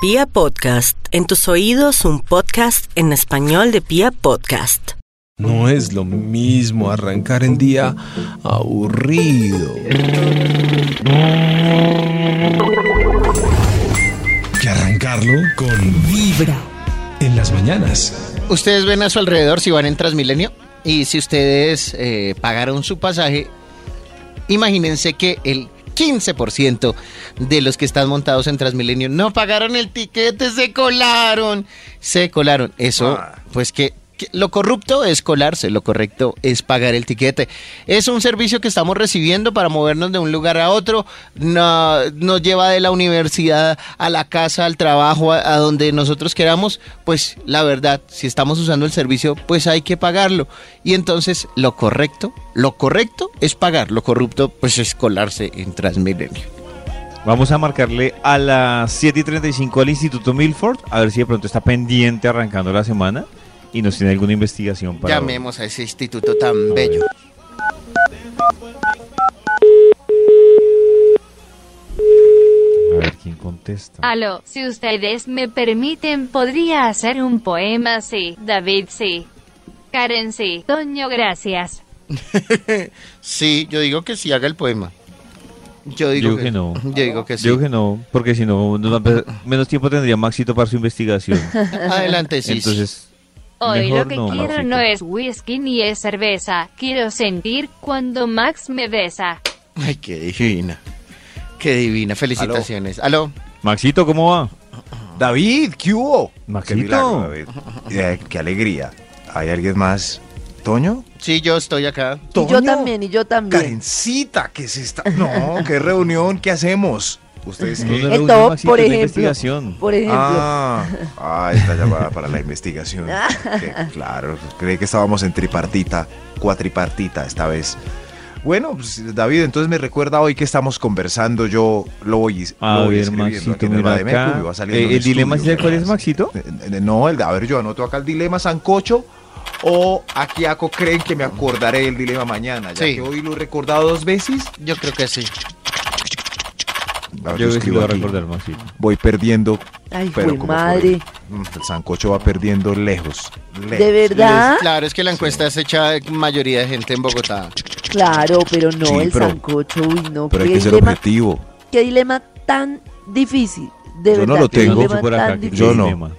Pia Podcast, en tus oídos un podcast en español de Pia Podcast. No es lo mismo arrancar el día aburrido que arrancarlo con vibra en las mañanas. Ustedes ven a su alrededor si van en Transmilenio y si ustedes eh, pagaron su pasaje, imagínense que el 15% de los que están montados en Transmilenio no pagaron el tiquete, se colaron, se colaron. Eso, pues que, que lo corrupto es colarse, lo correcto es pagar el tiquete. Es un servicio que estamos recibiendo para movernos de un lugar a otro, no- nos lleva de la universidad a la casa, al trabajo, a, a donde nosotros queramos. Pues la verdad, si estamos usando el servicio, pues hay que pagarlo. Y entonces lo correcto, lo correcto es pagar, lo corrupto pues es colarse en Transmilenio. Vamos a marcarle a las 7 y 35 al Instituto Milford, a ver si de pronto está pendiente arrancando la semana y nos tiene alguna investigación para. Llamemos a ese instituto tan bello. A ver quién contesta. Aló, si ustedes me permiten, podría hacer un poema, sí. David, sí. Karen, sí. Toño, gracias. Sí, yo digo que sí, haga el poema. Yo digo, Yo que no. Yo digo que sí. Yo que no, porque si no, nos va a empezar- menos tiempo tendría Maxito para su investigación. Adelante, sí. Entonces, Hoy mejor lo que no, quiero Maxito. no es whisky ni es cerveza. Quiero sentir cuando Max me besa. Ay, qué divina. Qué divina. Felicitaciones. Aló. Maxito, ¿cómo va? David, ¿qué hubo? Maxito. Qué milagro, David. Eh, qué alegría. ¿Hay alguien más? ¿Toño? Sí, yo estoy acá. Y ¿Toño? yo también, y yo también. Karencita, ¿qué es esta? No, qué reunión, ¿qué hacemos? ¿Ustedes No, no, qué? no, Esto, no, Maxito, por es la ejemplo. investigación. Por ejemplo, Ah, ah, esta llamada para la investigación. Que, claro, creí que estábamos en tripartita, cuatripartita esta vez. Bueno, pues, David, entonces me recuerda hoy que estamos conversando. Yo lo voy, A lo voy ver, escribiendo aquí Maxito, en el mira Bademecum, acá. y va saliendo Eh, en ¿El dilema estudio, es cuál es, verás. Maxito? Eh, eh, No, el, a ver, yo anoto acá el dilema sancocho o Aquiaco creen que me acordaré del dilema mañana, ya Sí. que hoy lo he recordado dos veces. Yo creo que sí. Yo A ver, creo yo que sí lo escribo voy a aquí. recordar, Maxito. Voy perdiendo, ay, pero jue como madre. por ahí. Mm, El sancocho va perdiendo lejos. lejos. ¿De verdad? Les- claro, es que la encuesta es hecha de mayoría de gente en Bogotá. Claro, pero no Sí, el pero- sancocho, uy, no. Pero qué, hay que ser dilema, objetivo. qué dilema tan difícil. De Yo no verdad, lo qué tengo. dilema Yo por acá, tan que difícil. Yo no. dilema.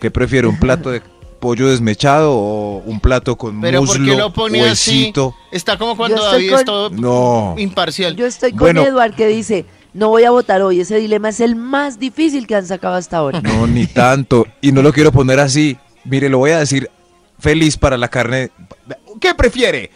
¿Qué prefiero, un plato de pollo desmechado o un plato con Pero muslo, ¿por qué lo pone huesito? así? Está como cuando Yo estoy David es con- todo No. imparcial. Yo estoy con Bueno. Eduard que dice, no voy a votar hoy, ese dilema es el más difícil que han sacado hasta ahora. No, ni tanto. Y no lo quiero poner así. Mire, lo voy a decir feliz para la carne. ¿Qué prefiere?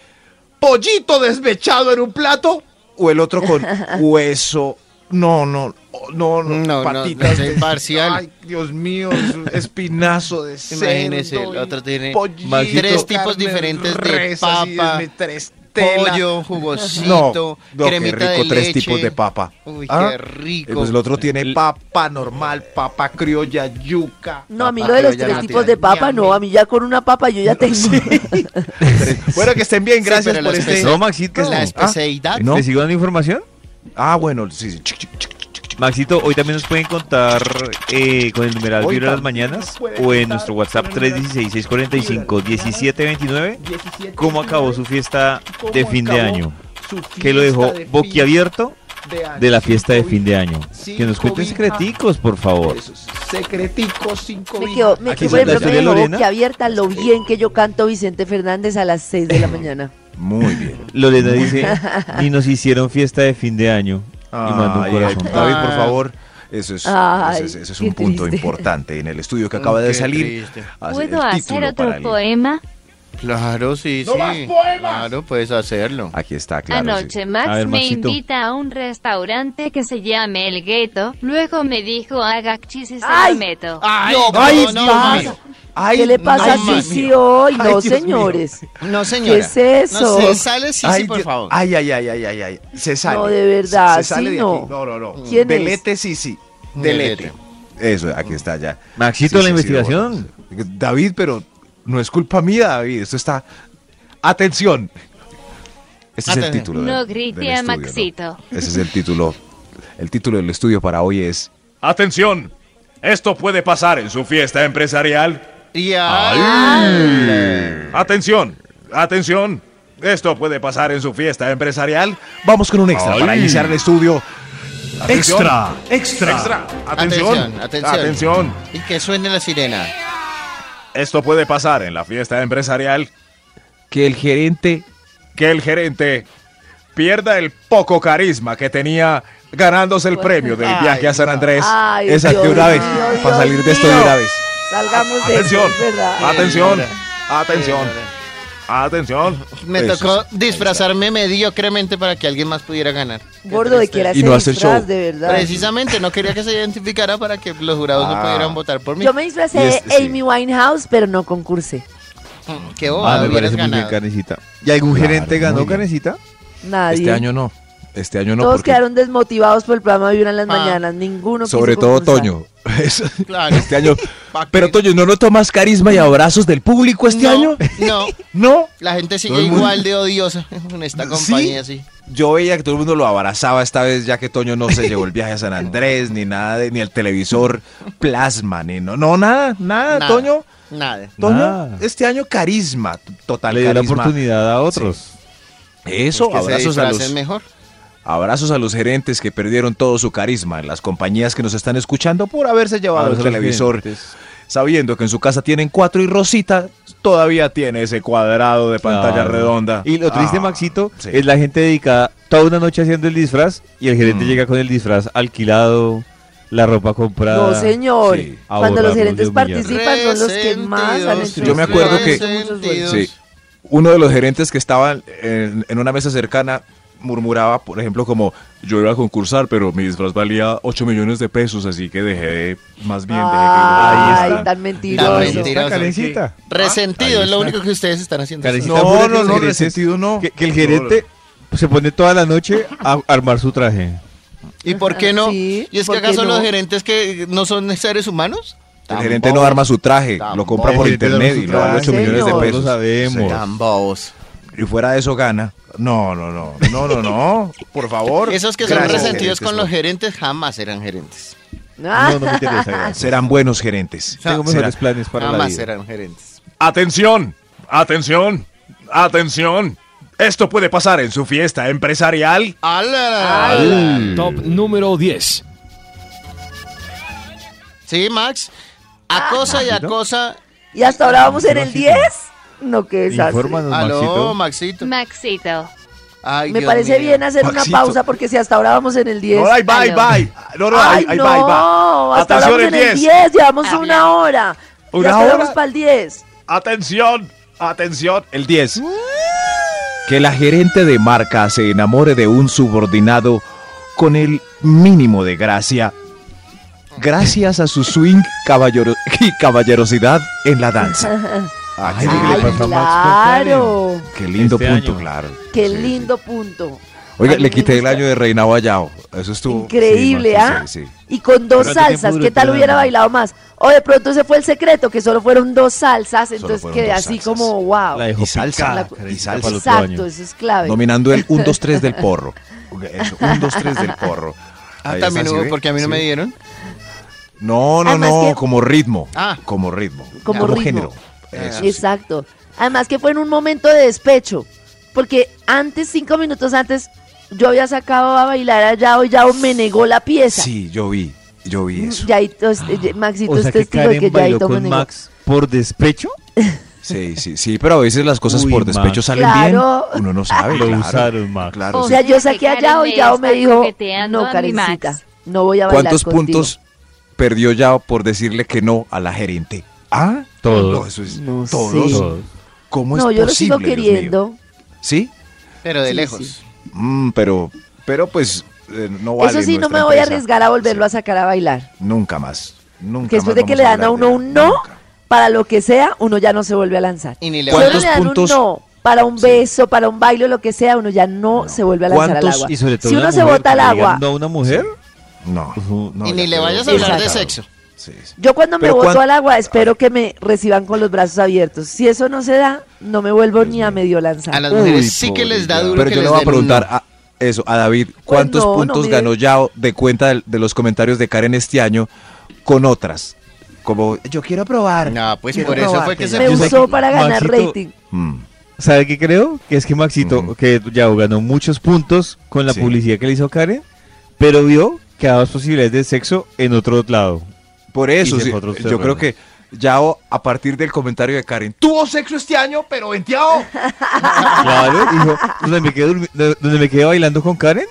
¿Pollito desmechado en un plato? ¿O el otro con hueso? No, no, no, no, No, no, patitas. no sea de- imparcial. Ay, Dios mío, es un espinazo de cerdo. Imagínese, el y otro tiene pollito, Maxito. tres tipos carne diferentes de res, así, papa, desme- tres telas. Pollo, No, jugosito, no, qué cremita de rico, leche. tres tipos de papa. Uy, Ah, qué eh, rico. Pues el otro tiene papa normal, papa criolla, yuca. No, a mí Papá, lo de los yo ya tres no tipos te- de papa, ya no, me- a mí ya con una papa yo ya tengo. Bueno, que estén bien, Sí, gracias pero por los este. peces- No, Maxito. que es la especialidad. ¿No? ¿Te sigo dando información? Ah, bueno, sí, sí. chic, chic, chic. Maxito, hoy también nos pueden contar eh, con el numeral Hoy Vibra en las también Mañanas nos pueden o en contar nuestro WhatsApp con el numeral 316-645-1729. ¿Cómo acabó su fiesta de fin de año? que ¿Qué lo dejó boquiabierto de la fiesta de fin de año? sin Que nos cuenten cobija. secreticos, ah. por favor. Secretico cinco. Me quedó, me Aquí quedó, por está la ejemplo, me historia de dejó Lorena. boquiabierta lo bien que yo canto Vicente Fernández a las 6 de la mañana. Muy bien. Lorena dice, ni nos hicieron fiesta de fin de año. y mandó un Ay, corazón. ay, David, por Ah. favor. Eso es, Ay, ese es- ese es qué un punto triste. importante en el estudio que acaba de Qué salir. triste. Hace ¿Puedo el hacer título otro para el- poema? Claro, sí, sí. Claro, puedes hacerlo. Aquí está, claro. sí. Anoche Max A ver, me Maxito. invita a un restaurante que se llame El Gueto. Luego me dijo haga chis y se ¡Ay! lo meto. Ay, Ah, ¡Ay, no, no, Dios no, mío! Ay, ¿Qué le no, pasa Dios mío. a Sisi hoy? Ay, No, Dios mío. señores. No, señora. es eso? No, se sale sí, ay, sí, por Dios- favor. Ay, ay, ay, ay, ay, ay. Se sale. No, de verdad, Se, se sale sí, de no. aquí. No, no, no. ¿Quién es? Delete, sí, sí. Delete. Delete. Eso, aquí está ya. Maxito, Sí, la sí, sí, investigación. lo borras. David, pero no es culpa mía, David. Esto está. Atención. Este es el Atención. título. No del- grite del a estudio, Maxito. ¿no? Ese es el título. El título del estudio para hoy es. Esto puede pasar en su fiesta empresarial. Y a- Atención, atención. Esto puede pasar en su fiesta empresarial. Vamos con un extra Ay. para iniciar el estudio. Atención. Extra, extra. Extra. Atención. atención, atención. Atención. Y que suene la sirena. Esto puede pasar en la fiesta empresarial. Que el gerente Que el gerente pierda el poco carisma que tenía ganándose el premio del viaje a San Andrés. Ay, Esa Dios de una vez, mío, Dios para salir de esto de mío. una vez. Salgamos de esto, Atención. es Ah, verdad. Atención. Atención. Atención. Eh, Me Eso. tocó disfrazarme mediocremente para que alguien más pudiera ganar. Qué Gordo, de triste. que era Y no ese hacer show. disfraz, de verdad. Precisamente, no quería que se identificara para que los jurados no pudieran votar por mí. Yo me disfracé Y de este, sí. Amy Winehouse, pero no concursé. Mm, Qué Ah, bobado, me hubieras parece muy bien, ganado. Canecita. ¿Y algún Claro, gerente muy ganó, bien. Canecita? Nadie. Este año no. Este año no. Todos porque- quedaron desmotivados por el programa Vibra en las Ah. mañanas. Ninguno quiso sobre todo concursar. Toño. Es- Claro. Este año. Pa' qué. Pero Toño, ¿no no tomas carisma y abrazos del público este No, año? No, No. la gente sigue Todo el mundo- igual de odiosa en esta ¿Sí? compañía, sí. Yo veía que todo el mundo lo abrazaba esta vez, ya que Toño no se llevó el viaje a San Andrés, ni nada, de- ni el televisor plasma, ni no, no nada, Ah, nada, Nada. Toño. Nada. Toño, Nada. este año carisma, t- total Le dio la carisma. oportunidad a otros. Eso, Pues que se abrazos a los disfracen mejor. abrazos a los gerentes que perdieron todo su carisma en las compañías que nos están escuchando por haberse llevado el Abrazos a los televisor, clientes. sabiendo que en su casa tienen cuatro y Rosita todavía tiene ese cuadrado de pantalla Claro. redonda. Y lo triste, Ah, Maxito, sí. es la gente dedicada toda una noche haciendo el disfraz y el gerente Mm. llega con el disfraz alquilado, la ropa comprada. No, señor. Sí. Cuando Ahorrarnos los de gerentes humillar. participan, son los que más han hecho. Yo me acuerdo que- muchos Resentidos. Sí. Uno de los gerentes que estaban en, en una mesa cercana murmuraba, por ejemplo, como yo iba a concursar, pero mi disfraz valía 8 millones de pesos, así que dejé de, más bien dejé que- Ay, Ahí está. tan Tan mentiroso. mentiroso. Karencita. Resentido es lo único que ustedes están haciendo. Karencita, No, apúrate no, los no, gerentes, resentido no. Que, que el gerente se pone toda la noche a armar su traje. ¿Y por qué no? Sí, ¿Y es ¿por que qué acaso no? los gerentes que no son seres humanos? El gerente no arma su traje, lo compra por El gerente internet arma y su lo vale traje, 8 millones de Ah, señor. pesos. No sabemos. Tan bobos. y fuera de eso gana. No, no, no, no, no, no, por favor. Esos que son Gracias, resentidos gerentes, con no. los gerentes jamás serán gerentes. Ah, No, no me interesa. gracias. Serán buenos gerentes. Tengo Será- mejores planes para la jamás vida. serán gerentes. Atención, atención, atención. Esto puede pasar en su fiesta empresarial. ¡Ala! Mm. Top número 10. Sí, Max. Acosa y Maxito. acosa. Y hasta ahora vamos en el 10. No, qué desastre. Infórmanos, Aló, Maxito. Maxito. Maxito. Ay, Me Dios parece mío. bien hacer Maxito. una pausa porque si hasta ahora vamos en el 10. No, ahí va, ahí va. ahí- No, no, ahí, Ay, ahí no, va, ahí va. hasta ahora Atención, vamos el en el 10. 10, llevamos Ah, Habla. una hora. Y ¿Una hora? hasta ahora vamos para el 10. Atención, atención. El 10. Que la gerente de marca se enamore de un subordinado con el mínimo de gracia. Gracias a su swing caballero y caballerosidad en la danza. Ah, qué, Ay, lindo, Ay, pasa a Max claro. qué lindo Este punto, año. claro. Qué Sí, sí. lindo punto. Oiga, A mí le me quité el gusta. año de Reina Vallado. Eso estuvo Increíble, Sí, ¿ah? Maxi, sí, sí. Y con dos Pero antes salsas, tiempo ¿qué tal durante la- hubiera bailado más? O de pronto ese fue el secreto, que solo fueron dos salsas, entonces fueron quedé dos así salsas. como, wow. La dejó Y salsa, picada, y Karencita, salsa. para el otro año. Exacto, eso es clave. Nominando el 1, 2, 3 del porro. Eso, 1, 2, 3 del porro. Ah, Ahí también está, ¿sí hubo ve? porque a mí no Sí. me dieron. No, no, Además no, que- como ritmo. Ah. Como ritmo. Como ritmo. género. Eso sí. Exacto. Además que fue en un momento de despecho, porque antes, cinco minutos antes, yo había sacado a bailar a Yao y Yao me negó la pieza. Sí, yo vi, yo vi eso. Mm, Ah. Ya ahí tos- eh, Maxito O sea es que testigo de que Karen ya ahí bailó todo me con negó. Max por despecho. Sí, sí, sí, pero a veces las cosas Uy, por despecho Max. salen Claro. bien. Uno no sabe. Lo claro. usaron, Max. Claro. O O sí. sea, yo Ustedes saqué que a Karen Yao y me Yao me está dijo, coqueteando no, a mi Max". Karencita, no voy a bailar ¿Cuántos contigo". puntos perdió ya por decirle que no a la gerente? Ah, Todos. No, eso es- No sé. todos. Todos. ¿Cómo es No, yo lo sigo posible, Dios mío? queriendo. ¿Sí? Pero de Sí, lejos. sí. Mm, pero, pero pues eh, no vale. Eso sí, no nuestra me voy a empresa. arriesgar a volverlo a Sí, sacar a bailar. Nunca más. Nunca Que después más de que vamos le dan a hablar uno de- un no, nunca. para lo que sea, uno ya no se vuelve a lanzar. Y ni le ¿Cuántos Solo le dan puntos? un no para un beso, para un baile, lo que sea, uno ya no, se vuelve a lanzar al ¿Cuántos? agua. Y sobre todo si una uno se mujer, bota al cuando le digan agua, No a una mujer. No. Ujú. no, y ni ya le quedó. vayas a hablar de Exacto. sexo. Sí, sí. yo cuando me Pero boto cuán- al agua espero que me reciban con los brazos abiertos. Si eso no se da, no me vuelvo ni a medio lanzar. A las Uy, mujeres sí que pobre les da Yao. duro Pero que yo le les voy a den un preguntar no. a eso, a David, ¿cuántos Pues no, no puntos me- ganó Yao de cuenta del- de, los comentarios de Karen este año con otras. Como, yo quiero probar. No, pues quiero por eso probar, fue que se Me puso- usó para ganar Maxito- rating. Mm. ¿Sabe qué creo? Que es que Maxito, Ujú. que ya ganó muchos puntos con la Sí. publicidad que le hizo Karen, pero vio que había dos posibilidades de sexo en otro lado. Por eso, se sí, fue a otros yo creo terrenos. que Yao, a partir del comentario de Karen, tuvo sexo este año, pero venteado. Claro, dijo, donde me quedé, durmi- do- donde me quedé bailando con Karen,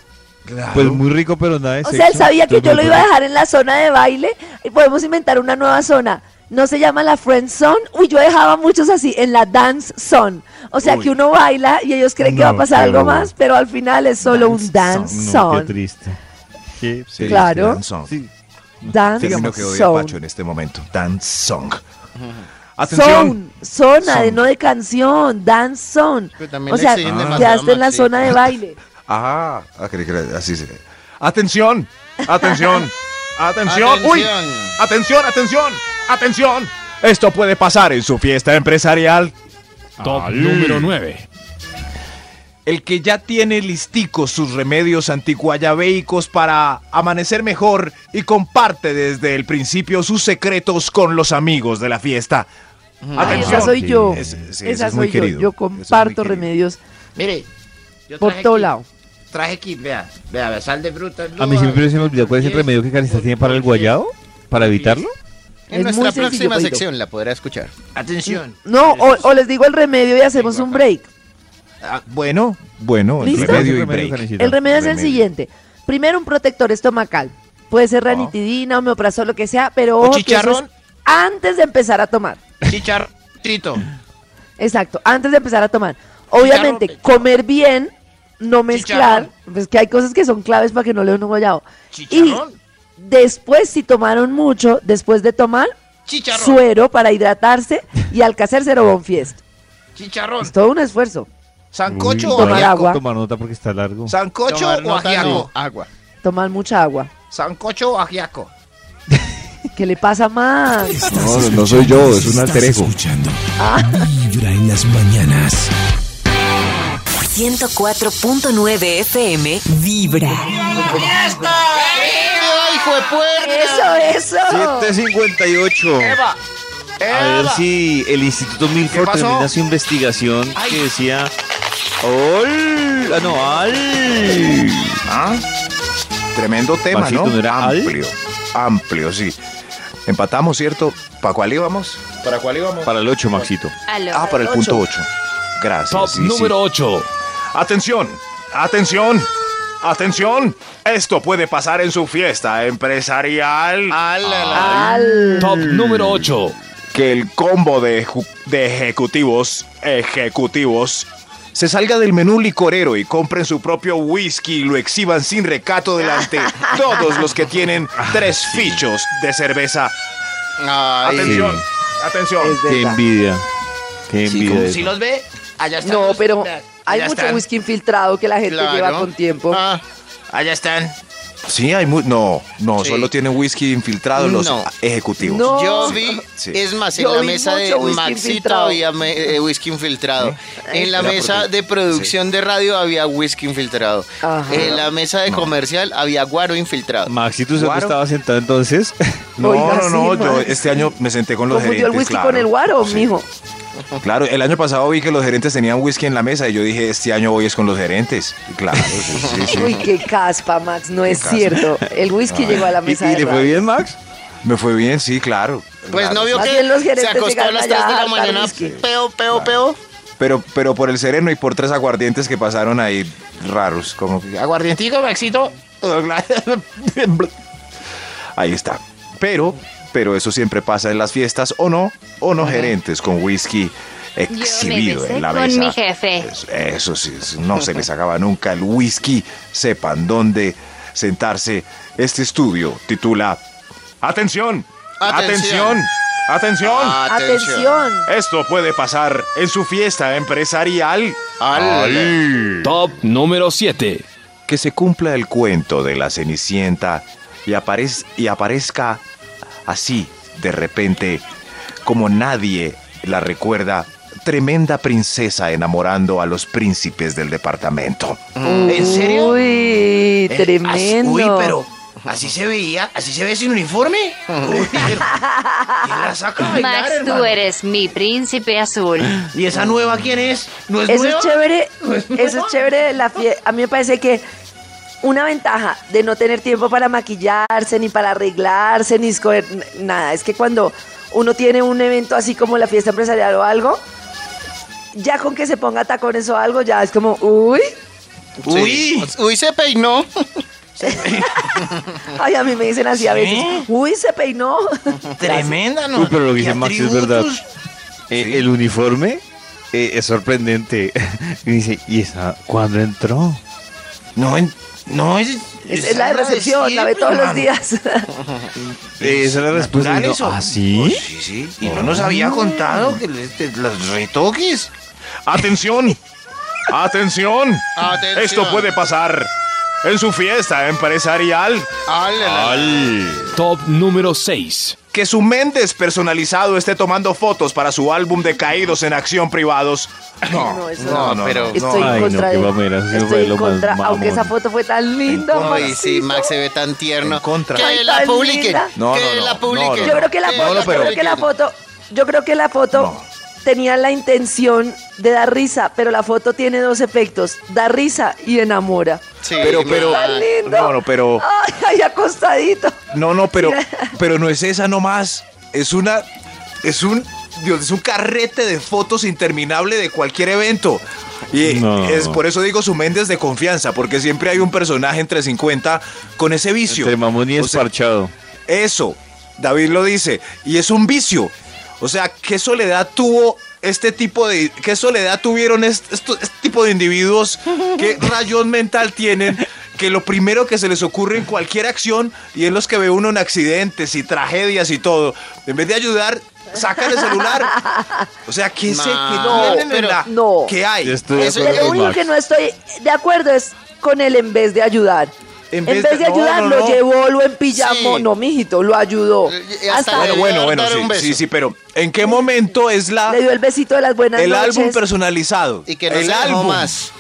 Claro. pues muy rico, pero nada de O sexo. sea, él sabía que yo Entonces, lo no, iba a pero- dejar en la zona de baile y podemos inventar una nueva zona. No se llama la friend zone. Uy, yo dejaba muchos así, en la dance zone. O sea, Uy. que uno baila y ellos creen que va a No, pasar algo pero- más, pero al final es solo un dance No, qué zone. triste. Qué Sí, claro. danzón. Sí. dance Término que odia zone. Pacho en este momento. Danzón. Zone, Atención. zona, Zone. Ah. de no de canción, dance zone. Pero también O le sea, exigen demasiado quedaste en la Maxito. zona de baile. Ajá. Ah, creí que era- así se. Atención, atención, atención, uy, Atención. atención, atención, atención. Esto puede pasar en su fiesta empresarial. Top Ay. número 9. El que ya tiene listicos sus remedios anticuayaveicos para amanecer mejor y comparte desde el principio sus secretos con los amigos de la fiesta. Ay, esa Atención. soy yo. Sí, ese- sí, ese esa es muy soy yo. querido. Yo Ese es muy querido. comparto remedios Mire, yo por traje todo kit, lado. Traje kit, vea, vea, vea, sal de frutas. A mí blue, siempre se me olvida cuál es el Yes. remedio que Carista tiene para el guayao, para evitarlo. En Es nuestra muy sencillo, próxima Pedrito. sección la podrá escuchar. Atención. Eh, No, o, o les digo el remedio y hacemos un break. Ah, bueno, bueno, el ¿Listo? remedio y Remedio, break. Karencita. El remedio es el Remedio. siguiente. Primero, un protector estomacal. Puede Ah. ser ranitidina, omeprazol, lo que sea, pero ¿O ojo que eso es chicharrón? antes de empezar a tomar. Chicharrito. Exacto, antes de empezar a tomar. Obviamente, Chicharrón, comer bien, no mezclar, pues que hay cosas que son claves para que no le dé un guayao. Y Chicharrón. después, si tomaron mucho, después de tomar, Chicharrón. suero para hidratarse y alcacer cero bonfiest. Chicharrón. Es todo un esfuerzo. Sancocho Uy, o tomar tomar ajiaco. agua. Tomar nota porque está largo. Sancocho Tomar o nota, ajiaco. no, agua. Tomar mucha agua. Sancocho o ajiaco. ¿Qué le pasa más? No, no soy yo, es un alter ego. Escuchando. Vibra en las mañanas. 104.9 FM Vibra. ¡Ay, hijo de puerta! Eso, eso. 758. A ver si el Instituto Milford pasó? termina su investigación que decía. ¡Ol! Ah, no, al. Ah, Tremendo tema, Maxito, ¿no? ¿no era al? amplio, amplio, sí. Empatamos, ¿cierto? ¿Para cuál íbamos? ¿Para cuál íbamos? Para el 8, Maxito. Aló. ah, para el punto 8. Gracias. Top sí, sí. número 8. Atención, atención, atención. Esto puede pasar en su fiesta empresarial. Ah, Ah. Al. Top número 8. que el combo de, eju- de ejecutivos, ejecutivos, se salga del menú licorero y compren su propio whisky y lo exhiban sin recato delante todos los que tienen tres fichos de cerveza. Ay, Atención, atención. Es Qué verdad. envidia. Qué Si, envidia. si eso. los ve, allá están. No, los- pero vea, hay allá mucho están. whisky infiltrado que la gente Claro. lleva con tiempo. Ah, Allá están. Sí, hay mu- No, no, Sí. solo tienen whisky infiltrado los No. ejecutivos. No. Yo vi, Sí. es más, en Yo la vi mesa mucho de whisky Maxito infiltrado. había me- eh, whisky infiltrado. En la Era mesa porque- de producción de radio había whisky infiltrado. Ajá. En la mesa de comercial había guaro infiltrado. Maxito se Guaro. estaba sentado entonces. No, Oiga, no, no, sí, yo Max. este año me senté con los Confundió gerentes. el whisky claro. con el guaro, mijo. Claro, el año pasado vi que los gerentes tenían whisky en la mesa y yo dije, este año voy es con los gerentes. Y Claro, sí, sí, sí. Uy, qué caspa, Max, no es caspa. cierto. El whisky llegó a la ¿Y, mesa y de le fue radio. bien, Max? Me fue bien, sí, claro. Pues claro, no vio Más que bien los se gerentes acostó a llegaron las allá 3 de a la hartar mañana. whisky. Peo, peo, peo. Pero, pero por el sereno y por tres aguardientes que pasaron ahí raros. Como que, Aguardientico, Maxito. ahí está. Pero, pero eso siempre pasa en las fiestas, o no, o no gerentes con whisky Yo me exhibido besé en la con mesa. mi jefe. Eso, eso sí, eso no se les acaba nunca el whisky. Sepan dónde sentarse. Este estudio titula Atención, Atención. Ah. atención, atención. Atención. Esto puede pasar en su fiesta empresarial. Al- Top número 7. que se cumpla el cuento de la Cenicienta y, aparez- y aparezca así, de repente, como nadie la recuerda, tremenda princesa enamorando a los príncipes del departamento. ¿En serio? Uy, Eh, as- tremendo. Uy, pero ¿Así se veía? ¿Así se ve sin uniforme? Uy, pero, ¿Quién la saca a bailar, Max, tú hermano? eres mi príncipe azul. ¿Y esa nueva quién es? ¿No es Eso nueva? es chévere, ¿No es eso es nueva? chévere de la fie- A mí me parece que una ventaja de no tener tiempo para maquillarse, ni para arreglarse, ni escoger n- nada, es que cuando uno tiene un evento así como la fiesta empresarial o algo, ya con que se ponga tacones o algo, ya es como, uy, Sí. Uy. Uy, se peinó. ay, a mí me dicen así a ¿Sí? veces, uy, se peinó. Tremenda, ¿no? Uy, pero lo que ¿Qué dice Max es verdad. atributos? Eh, El uniforme eh, es sorprendente. y dice, ¿y esa cuándo entró? No, en- no es... Es, es la de recepción, la ve todos los hermano. días. Eh, esa es la respuesta. Y ¿Natural uno, eso? ¿Ah, sí? Oh, sí, sí. Y no nos Mm. había contado que le- te- los retoques. ¡Atención! ¡Atención! Atención. Esto puede pasar en su fiesta empresarial. Top número 6. Que su Méndez personalizado esté tomando fotos para su álbum de caídos en acción privados. No, eso No, no. pero. Estoy Ay, en no, contra qué de- mamera, eso Estoy fue en lo más contra, aunque esa mamón. foto fue tan linda. Ay, sí, Maxito. Max se ve tan tierno. En contra. Que Ay, la tan publiquen. linda. No, que no, no, la publiquen. no, Yo creo que la Eh, foto, no, pero- yo creo que la foto, yo creo que la foto tenía la intención de dar risa, pero la foto tiene dos efectos, da risa y enamora. Sí, Pero- pero- Max. Tan lindo. no, no, pero- Ay, ahí acostadito. No, no, pero, pero no es esa nomás. Es una. Es un. Dios, es un carrete de fotos interminable de cualquier evento. Y No. es por eso digo su Méndez de confianza, porque siempre hay un personaje entre 50 con ese vicio. Entre Este mamón y O sea, esparchado. Eso, David lo dice, y es un vicio. O sea, qué soledad tuvo este tipo de. ¿Qué soledad tuvieron est- esto- este, tipo de individuos? ¿Qué rayón mental tienen? Que lo primero que se les ocurre en cualquier acción, y es los que ve uno en accidentes y tragedias y todo, en vez de ayudar, sacan el celular. O sea, ¿qué sé? ¿Qué No, tienen en pero- la- no. ¿Qué hay? Yo estoy de eso- acuerdo Pero Lo con único Max. que no estoy de acuerdo es con él en vez de ayudar. En vez, de, no, ayudar, no, lo no. llevó, lo empillamos. Sí. No, mijito, lo ayudó. Eh, eh, hasta Hasta le Bueno, dio bueno, a bueno, dar sí, un beso. sí, sí, pero ¿en qué momento es la le dio el besito de las buenas Ah. el noches. álbum personalizado? Y que no el se dejó álbum. más.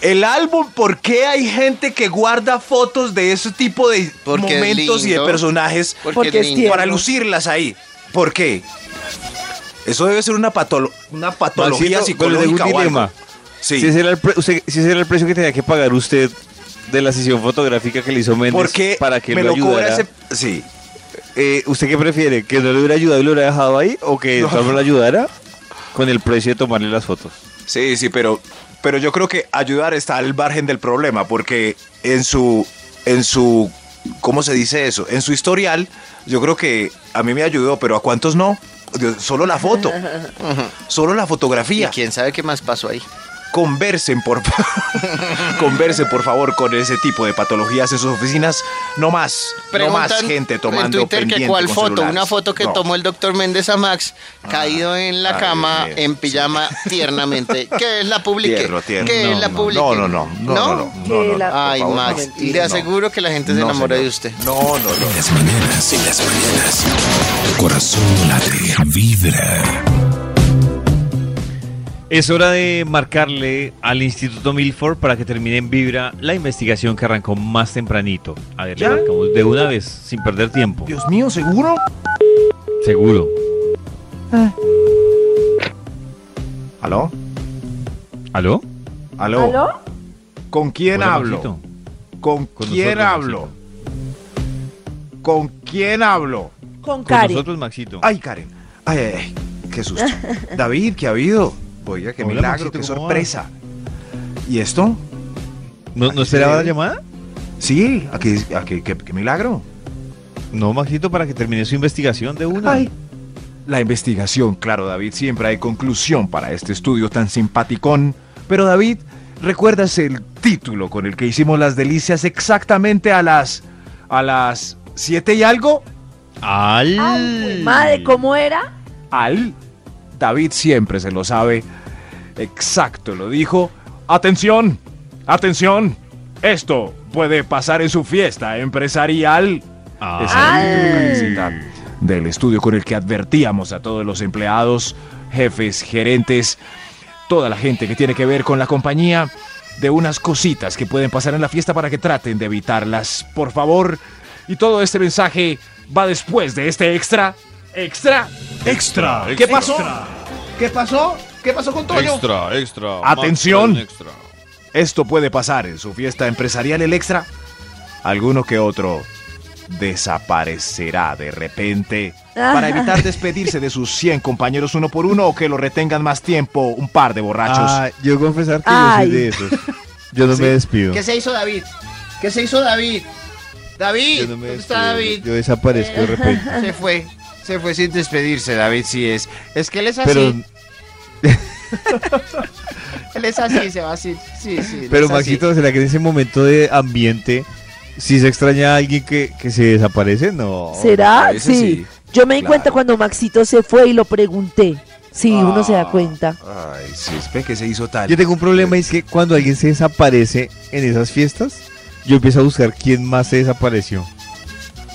El álbum, ¿por qué hay gente que guarda fotos de ese tipo de Porque es momentos y de lindo. personajes Porque, Porque es es lindo. tierno. para lucirlas ahí? ¿Por qué? Eso debe ser una, patolo- una patología Maxito, pero tengo psicológica. un o algo. dilema. Sí. Si, ese era el pre- usted- si ese era el precio que tenía que pagar usted de la sesión fotográfica que le hizo Méndez ¿Por qué para que me lo lo cobra ayudara, ese? Sí. eh, ¿Usted qué prefiere? ¿Que no le hubiera ayudado y lo hubiera dejado ahí? ¿O que no. lo ayudara con el precio de tomarle las fotos? Sí, sí, pero, pero yo creo que ayudar está al margen del problema, porque en su, en su, ¿cómo se dice eso? En su historial, yo creo que a mí me ayudó, pero ¿a cuántos no? Dios, Solo la foto, solo la Y fotografía. quién sabe qué más pasó ahí. Conversen, por fa- conversen, por favor, con ese tipo de patologías en sus oficinas. No más, no más Preguntan gente en tomando Twitter que pendiente cuál con foto, celulares. una foto que No. Ah, tomó el doctor Méndez a Max caído en la Ay, cama Dios mío. en pijama tiernamente. Que la publique. Tierno, tierno. Que No, la no, publique. No, no, no, no, no, no, Que no, no, la- por Ay, favor, Max, no. le No. aseguro que la gente se No, enamora señor. de usted. No, no, no. Las mañanas, en las mañanas. Tu corazón late, vibra. Es hora de marcarle al Instituto Milford para que termine en vibra la investigación que arrancó más tempranito. A ver, le marcamos de una vez, sin perder tiempo. Dios mío, ¿seguro? Seguro. ¿Aló? ¿Aló? ¿Aló? ¿Aló? ¿Con quién Hola, hablo? Maxito. ¿Con, quién nosotros, hablo? ¿Con quién hablo? Con Con Karen. nosotros, Maxito. Ay, Karen. Ay, ay, ay. Qué susto. David, ¿qué ha habido? Oiga, qué Hola, milagro, Maxito, qué ¿cómo sorpresa. ¿Y esto? ¿No, ¿no esperaba la llamada? Sí, aquí, aquí qué, qué milagro. No, Maxito, para que termine su investigación de una. Ay. La investigación, claro, David, siempre hay conclusión para este estudio tan simpaticón. Pero David, ¿recuerdas el título con el que hicimos las delicias exactamente a las a las 7 y algo? Al. Ay, güey, madre, ¿cómo era? al. David siempre se lo sabe. Exacto, lo dijo. Atención, atención. Esto puede pasar en su fiesta empresarial. Ah. Esa era la publicidad del estudio con el que advertíamos a todos los empleados, jefes, gerentes, toda la gente que tiene que ver con la compañía de unas cositas que pueden pasar en la fiesta para que traten de evitarlas, por favor. Y todo este mensaje va después de este extra, extra, Extra. ¿Qué pasó? ¿Qué pasó? ¿Qué pasó con Toño? Extra, extra. Atención. Más extra. Esto puede pasar en su fiesta empresarial el extra. Alguno que otro desaparecerá de repente para evitar despedirse de sus 100 compañeros uno por uno o que lo retengan más tiempo un par de borrachos. Ah, yo voy a confesar que Ay. yo soy de esos. Yo no me despido. ¿Qué se hizo David? ¿Qué se hizo David? David, Yo no me ¿dónde despido, está David? Yo desaparezco de repente. Se fue, se Pues fue sin despedirse, David, sí es. Es que él es así, Pero, él es así, se va así, sí, sí. él pero es así. Maxito, ¿será que en ese momento de ambiente, si se extraña a alguien que, que se desaparece? No. ¿Será? A veces Sí. Yo me di cuenta cuando Maxito se fue y lo pregunté. Sí, Ah. uno se da cuenta. Ay, sí, espera que se hizo tal. Yo tengo un problema y es que cuando alguien se desaparece en esas fiestas, yo empiezo a buscar quién más se desapareció.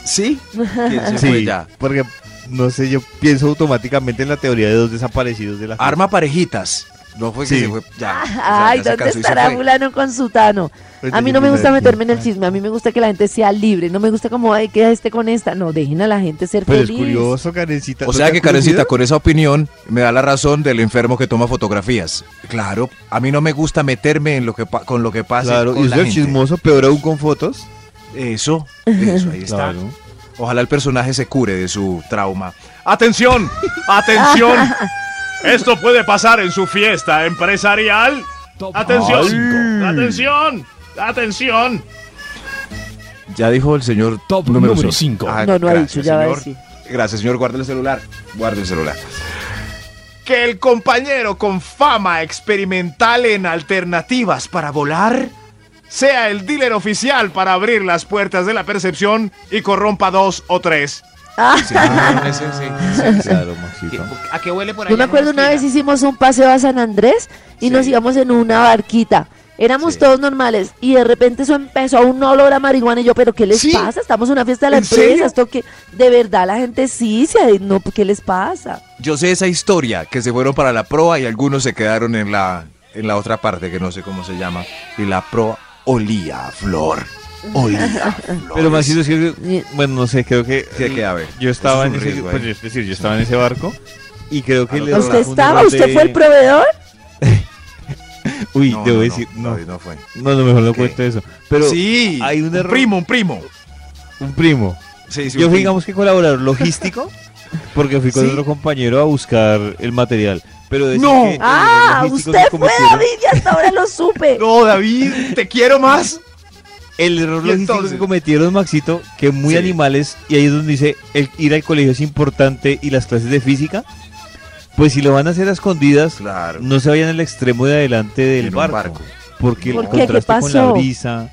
¿Sí? ¿Quién se fue Sí, ya? porque no sé, yo pienso automáticamente en la teoría de dos desaparecidos de la fiesta. Arma parejitas. No fue que Sí. se fue ya. o sea, Ah, Ay, ya se ¿dónde cansó y se estará fue. Pues fulano con sutano? Pues, A mí no me gusta meterme en el chisme, a mí me gusta que la gente sea libre, no me gusta como, ay, que esté con esta. No, dejen a la gente ser Pero es feliz. curioso, Karencita. O ¿no sea te que da curiosidad? Karencita, con esa opinión, me da la razón del enfermo que toma fotografías. Claro, a mí no me gusta meterme en lo que pa- con lo que pasa. Claro, con y la eso es gente. chismoso, peor aún con fotos. Eso, eso, ahí está. Claro. Ojalá el personaje se cure de su trauma. ¡Atención! ¡Atención! Esto puede pasar en su fiesta empresarial. Ay. ¡Atención! ¡Atención! Ya dijo el señor Top número cinco. Ah, No, no ha gracias, dicho, ya va a señor. decir. Gracias, señor. Guarde el celular. Guarde el celular. Que el compañero con fama experimental en alternativas para volar sea el dealer oficial para abrir las puertas de la percepción y corrompa dos o tres. Sí, ese, sí, sí, sí. Claro, Maxito. ¿A qué huele por allá? Yo me acuerdo una vez hicimos un paseo a San Andrés y nos íbamos en una barquita. Éramos todos normales y de repente eso empezó a un olor a marihuana y yo, pero ¿qué les Sí. pasa? Estamos en una fiesta de la ¿En empresa, serio? esto que de verdad la gente sí se no, ¿qué les pasa? Yo sé esa historia, que se fueron para la proa y algunos se quedaron en la, en la otra parte, que no sé cómo se llama. Y la proa olía a flor. Olía a flor. Pero Maxito, es que- bueno, no sé, creo que... Sí, que, a ver, Yo estaba, eso es en un ese, riesgo ahí. pues, es decir, yo estaba en ese barco y creo que... Ah, no, le pero ¿Usted trajo un estaba? error ¿Usted de- fue el proveedor? Uy, No, debo no, decir... no, No, David, no fue. no, no, mejor no ¿Qué? cuento eso. Pero sí, hay un error. primo, un primo. un primo. Sí, sí, Yo un fui, primo. digamos que colaborador logístico, porque fui con Sí. otro compañero a buscar el material. Pero decir No. que los Ah, logísticos usted que fue cometieron- David y hasta ahora lo supe. No, David, te quiero más. El error ¿Y logístico entonces? que cometieron, Maxito, que muy Sí. animales, y ahí es donde dice el ir al colegio es importante y las clases de física, pues si lo van a hacer a escondidas, Claro. no se vayan al extremo de adelante del En un barco, barco. Porque el ¿Por qué? ¿Qué contraste con la pasó? brisa,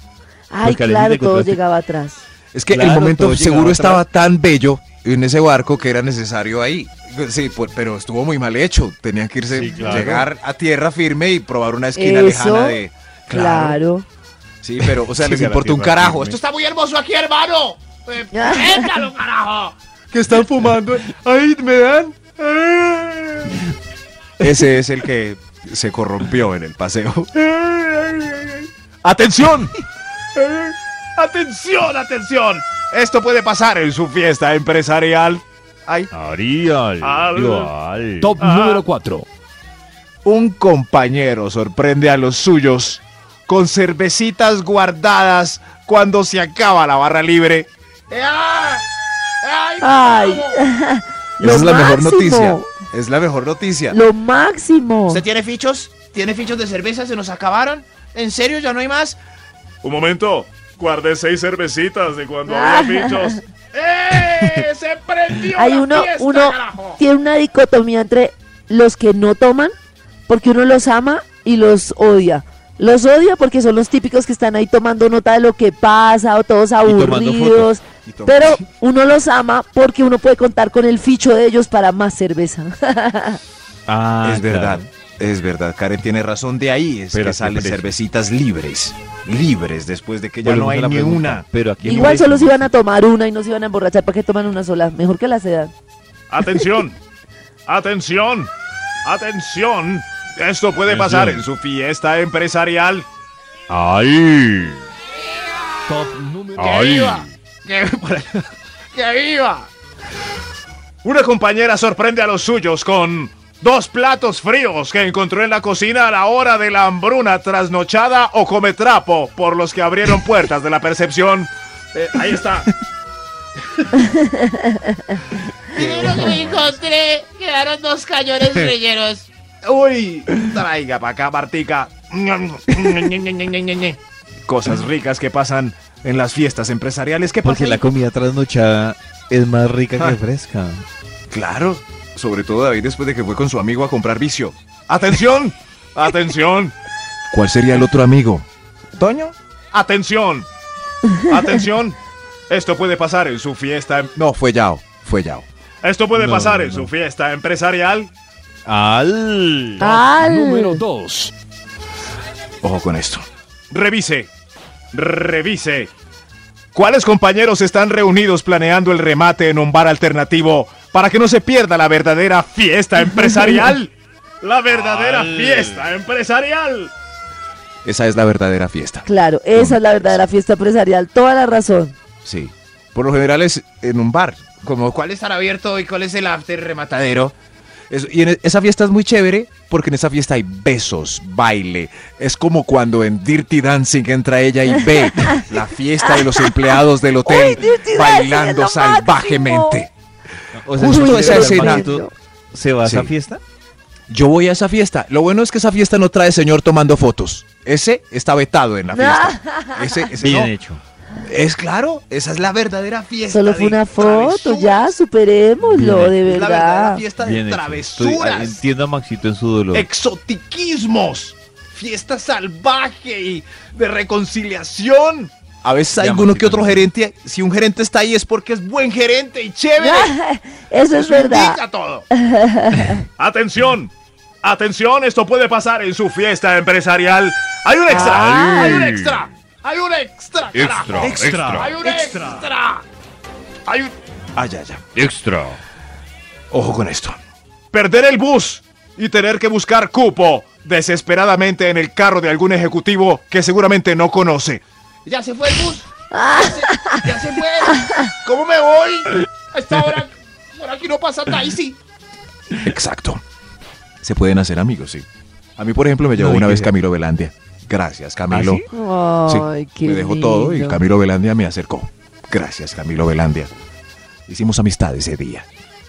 Ay, Porque a la claro, gente que todo tú- llegaba atrás. Es que Claro, el momento todo seguro llegaba estaba tan bello en ese barco que era necesario ahí. Sí, por- pero estuvo muy mal hecho. Tenían que irse, Sí, claro. llegar a tierra firme y probar una esquina Eso, lejana de. Claro. Sí, pero, o sea, les Sí, a la importa un tierra carajo. firme. Esto Está muy hermoso aquí, hermano. Eh, ¡Échalo, carajo! que están fumando. Ahí me dan. Ese es el que se corrompió en el paseo. ¡Atención! Atención, atención. Esto puede pasar en su fiesta empresarial. Ay, Arial. Al- Igual. Top número 4. un compañero sorprende a los suyos con cervecitas guardadas cuando se acaba la barra libre. ¡Ah! ¡Ay! Ay, Esa es la mejor máximo. noticia. Es la mejor noticia. lo máximo. ¿Usted tiene fichos? ¿Tiene fichos de cerveza? ¿Se nos acabaron? ¿En serio? ¿Ya no hay más? Un momento, guardé seis cervecitas de cuando había bichos. ¡Eh! ¡Se prendió Hay la uno, fiesta, uno carajo! tiene una dicotomía entre los que no toman, porque uno los ama y los odia. Los odia porque son los típicos que están ahí tomando nota de lo que pasa o todos tomando aburridos. Y toma- Pero uno los ama porque uno puede contar con el ficho de ellos para más cerveza. Ah, es claro. verdad, es verdad. Karen tiene razón. De ahí es Pero que ¿a qué salen precio? cervecitas libres. Libres después de que ya Volvemos no a hay la ni pregunta, una. Pero aquí Igual solo se iban a tomar una y no se iban a emborrachar. ¿Para qué toman una sola? Mejor que la sedan. Atención, atención, atención. Esto puede pasar en su fiesta empresarial. ¡Ay! Top número. ¡Ay! ¡Que viva! ¡Que viva! Una compañera sorprende a los suyos con dos platos fríos que encontró en la cocina a la hora de la hambruna trasnochada o come trapo por los que abrieron puertas de la percepción. Eh, ahí está. Primero que me encontré, quedaron dos cañones rellenos. Uy, traiga para acá, Martica. Cosas ricas que pasan en las fiestas empresariales. ¿Qué pasa? Porque ahí? la comida trasnochada es más rica Ah. que fresca. Claro, sobre todo David después de que fue con su amigo a comprar vicio. ¡Atención! ¡Atención! ¿Cuál sería el otro amigo? ¿Toño? ¡Atención! ¡Atención! Esto puede pasar en su fiesta. em- No, fue Yao. Fue Yao. Esto puede No, pasar no, en no. su fiesta empresarial. ¡Al! Ah, Ah, Número 2. Ojo con esto. Revise. Revise. ¿Cuáles compañeros están reunidos planeando el remate en un bar alternativo para que no se pierda la verdadera fiesta empresarial? La verdadera Al. fiesta empresarial. Esa es la verdadera fiesta. Claro, esa es la verdadera fiesta empresarial, toda la razón. Sí. Por lo general es en un bar. Como, ¿cuál estará abierto hoy? ¿Cuál es el after rematadero? matadero? Eso- y en e- esa fiesta es muy chévere porque en esa fiesta hay besos, baile. Es como cuando en Dirty Dancing entra ella y ve la fiesta de los empleados del hotel Uy, Dirty Dancing es bailando lo salvajemente. O Justo ¿usted esa de escena. hermanito ¿Se va a esa Sí. fiesta? Yo voy a esa fiesta. Lo bueno es que esa fiesta no trae señor tomando fotos. Ese está vetado en la fiesta. Ese, ese Bien no. hecho. Es claro, esa es la verdadera fiesta. Solo fue de una foto, travesuras. ya, superémoslo, de Es La verdadera verdad. fiesta de Bien hecho. Estoy- travesuras, entiendo a Maxito en su dolor. exotiquismos, fiesta salvaje y de reconciliación. A veces hay Ya, alguno Maxito, que otro sí. gerente, si un gerente está ahí es porque es buen gerente y chévere. Eso es verdad. indica todo. Atención, atención, esto puede pasar en su fiesta empresarial. Hay un extra, hay un extra, hay un extra, carajo. Extra, extra. hay un extra, hay un Ah, ya, ya. Extra. Ojo con esto. perder el bus y tener que buscar cupo desesperadamente en el carro de algún ejecutivo que seguramente no conoce. Ya se fue el bus. Ya se, ya se fue. ¿Cómo me voy? A esta hora, por aquí no pasa taxi. Exacto. Se pueden hacer amigos, sí. A mí, por ejemplo, me llevó No, una ¿y vez qué? Camilo Velandia. Gracias, Camilo. Ay, qué me dejó todo y lindo. Camilo Velandia me acercó. Gracias, Camilo Velandia. Hicimos amistad ese día.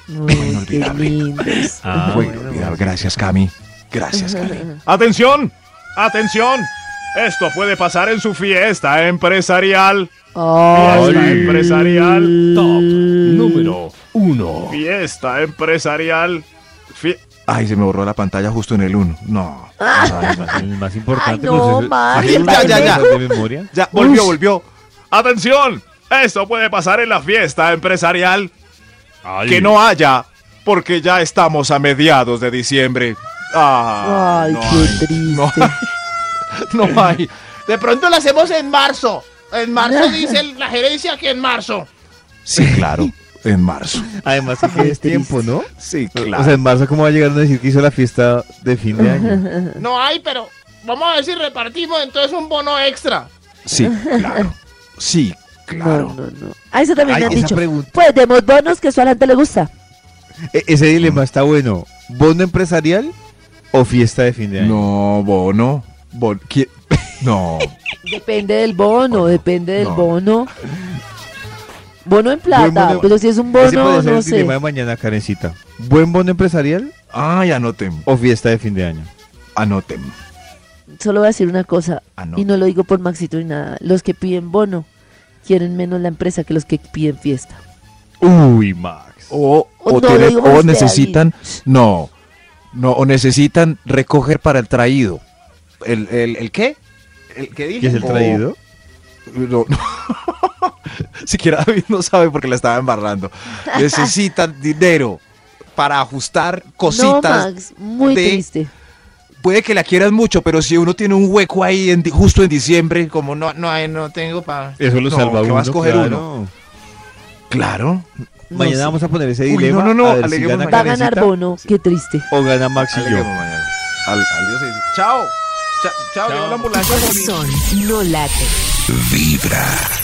Ay, qué inolvidable. lindos. Ah, Fue inolvidable. Gracias, Cami. Gracias, Cami. Atención, atención, esto puede pasar en su fiesta empresarial. Fiesta Ay. empresarial, Top número 1. fiesta empresarial. fie- Ay, se me borró la pantalla justo en el 1. No. El más- el más importante. Ay, no, pues, Max, ¿Maxito ya, ya, tiene ya. esas de memoria? Ya, volvió, volvió. Atención, esto puede pasar en la fiesta empresarial. Ay. Que no haya, porque ya estamos a mediados de diciembre. Ah, Ay, no hay, qué triste. no hay. De pronto lo hacemos en marzo. En marzo dice el- la gerencia que en marzo. Sí, claro. En marzo. Además que Ay, es tiempo, ¿no? Sí, O sea, en marzo, ¿cómo va a llegar a decir que hizo la fiesta de fin de año? No hay, pero vamos a ver si repartimos entonces un bono extra. Sí, claro. Sí, claro. No, no, no. Ah, eso también Ay, me han esa dicho. pregunta. Pues demos bonos que eso a la gente le gusta. E- ese dilema está bueno. ¿Bono empresarial o fiesta de fin de año? No, Bono. Bon- ¿quién? No. Depende del bono, depende del no. bono. Bono en Buen plata, bono- pero si es un ese bono, puede ser no el sé. dilema de mañana, Karencita. ¿Buen bono empresarial Ay, anoten. o fiesta de fin de año? Anoten. Solo voy a decir una cosa, y Anoten. no lo digo por Maxito ni nada. Los que piden bono quieren menos la empresa que los que piden fiesta. Uy, Max. O, O o, no, tienen- lo digo por o usted, necesitan. No. No, o necesitan recoger para el traído. ¿El, el, el qué? ¿El qué dije? ¿Qué es el O- traído? No, no. Siquiera David no sabe porque la estaba embarrando. Necesitan dinero para ajustar no, cositas. Max, muy de- triste. Puede que la quieras mucho, pero si uno tiene un hueco ahí en di- justo en diciembre, como no. No hay, no tengo para. Eso lo No, salva que uno. vas a coger claro. Claro. No Mañana sé. vamos a poner ese Uy, dilema. no, no, no, a ver si aleguemos gana Va a ganar Karencita bono, qué triste. O gana Max y yo. Al, al día se dice, Chao. Chao, llegó la ambulancia. Corazón no late. Vibra.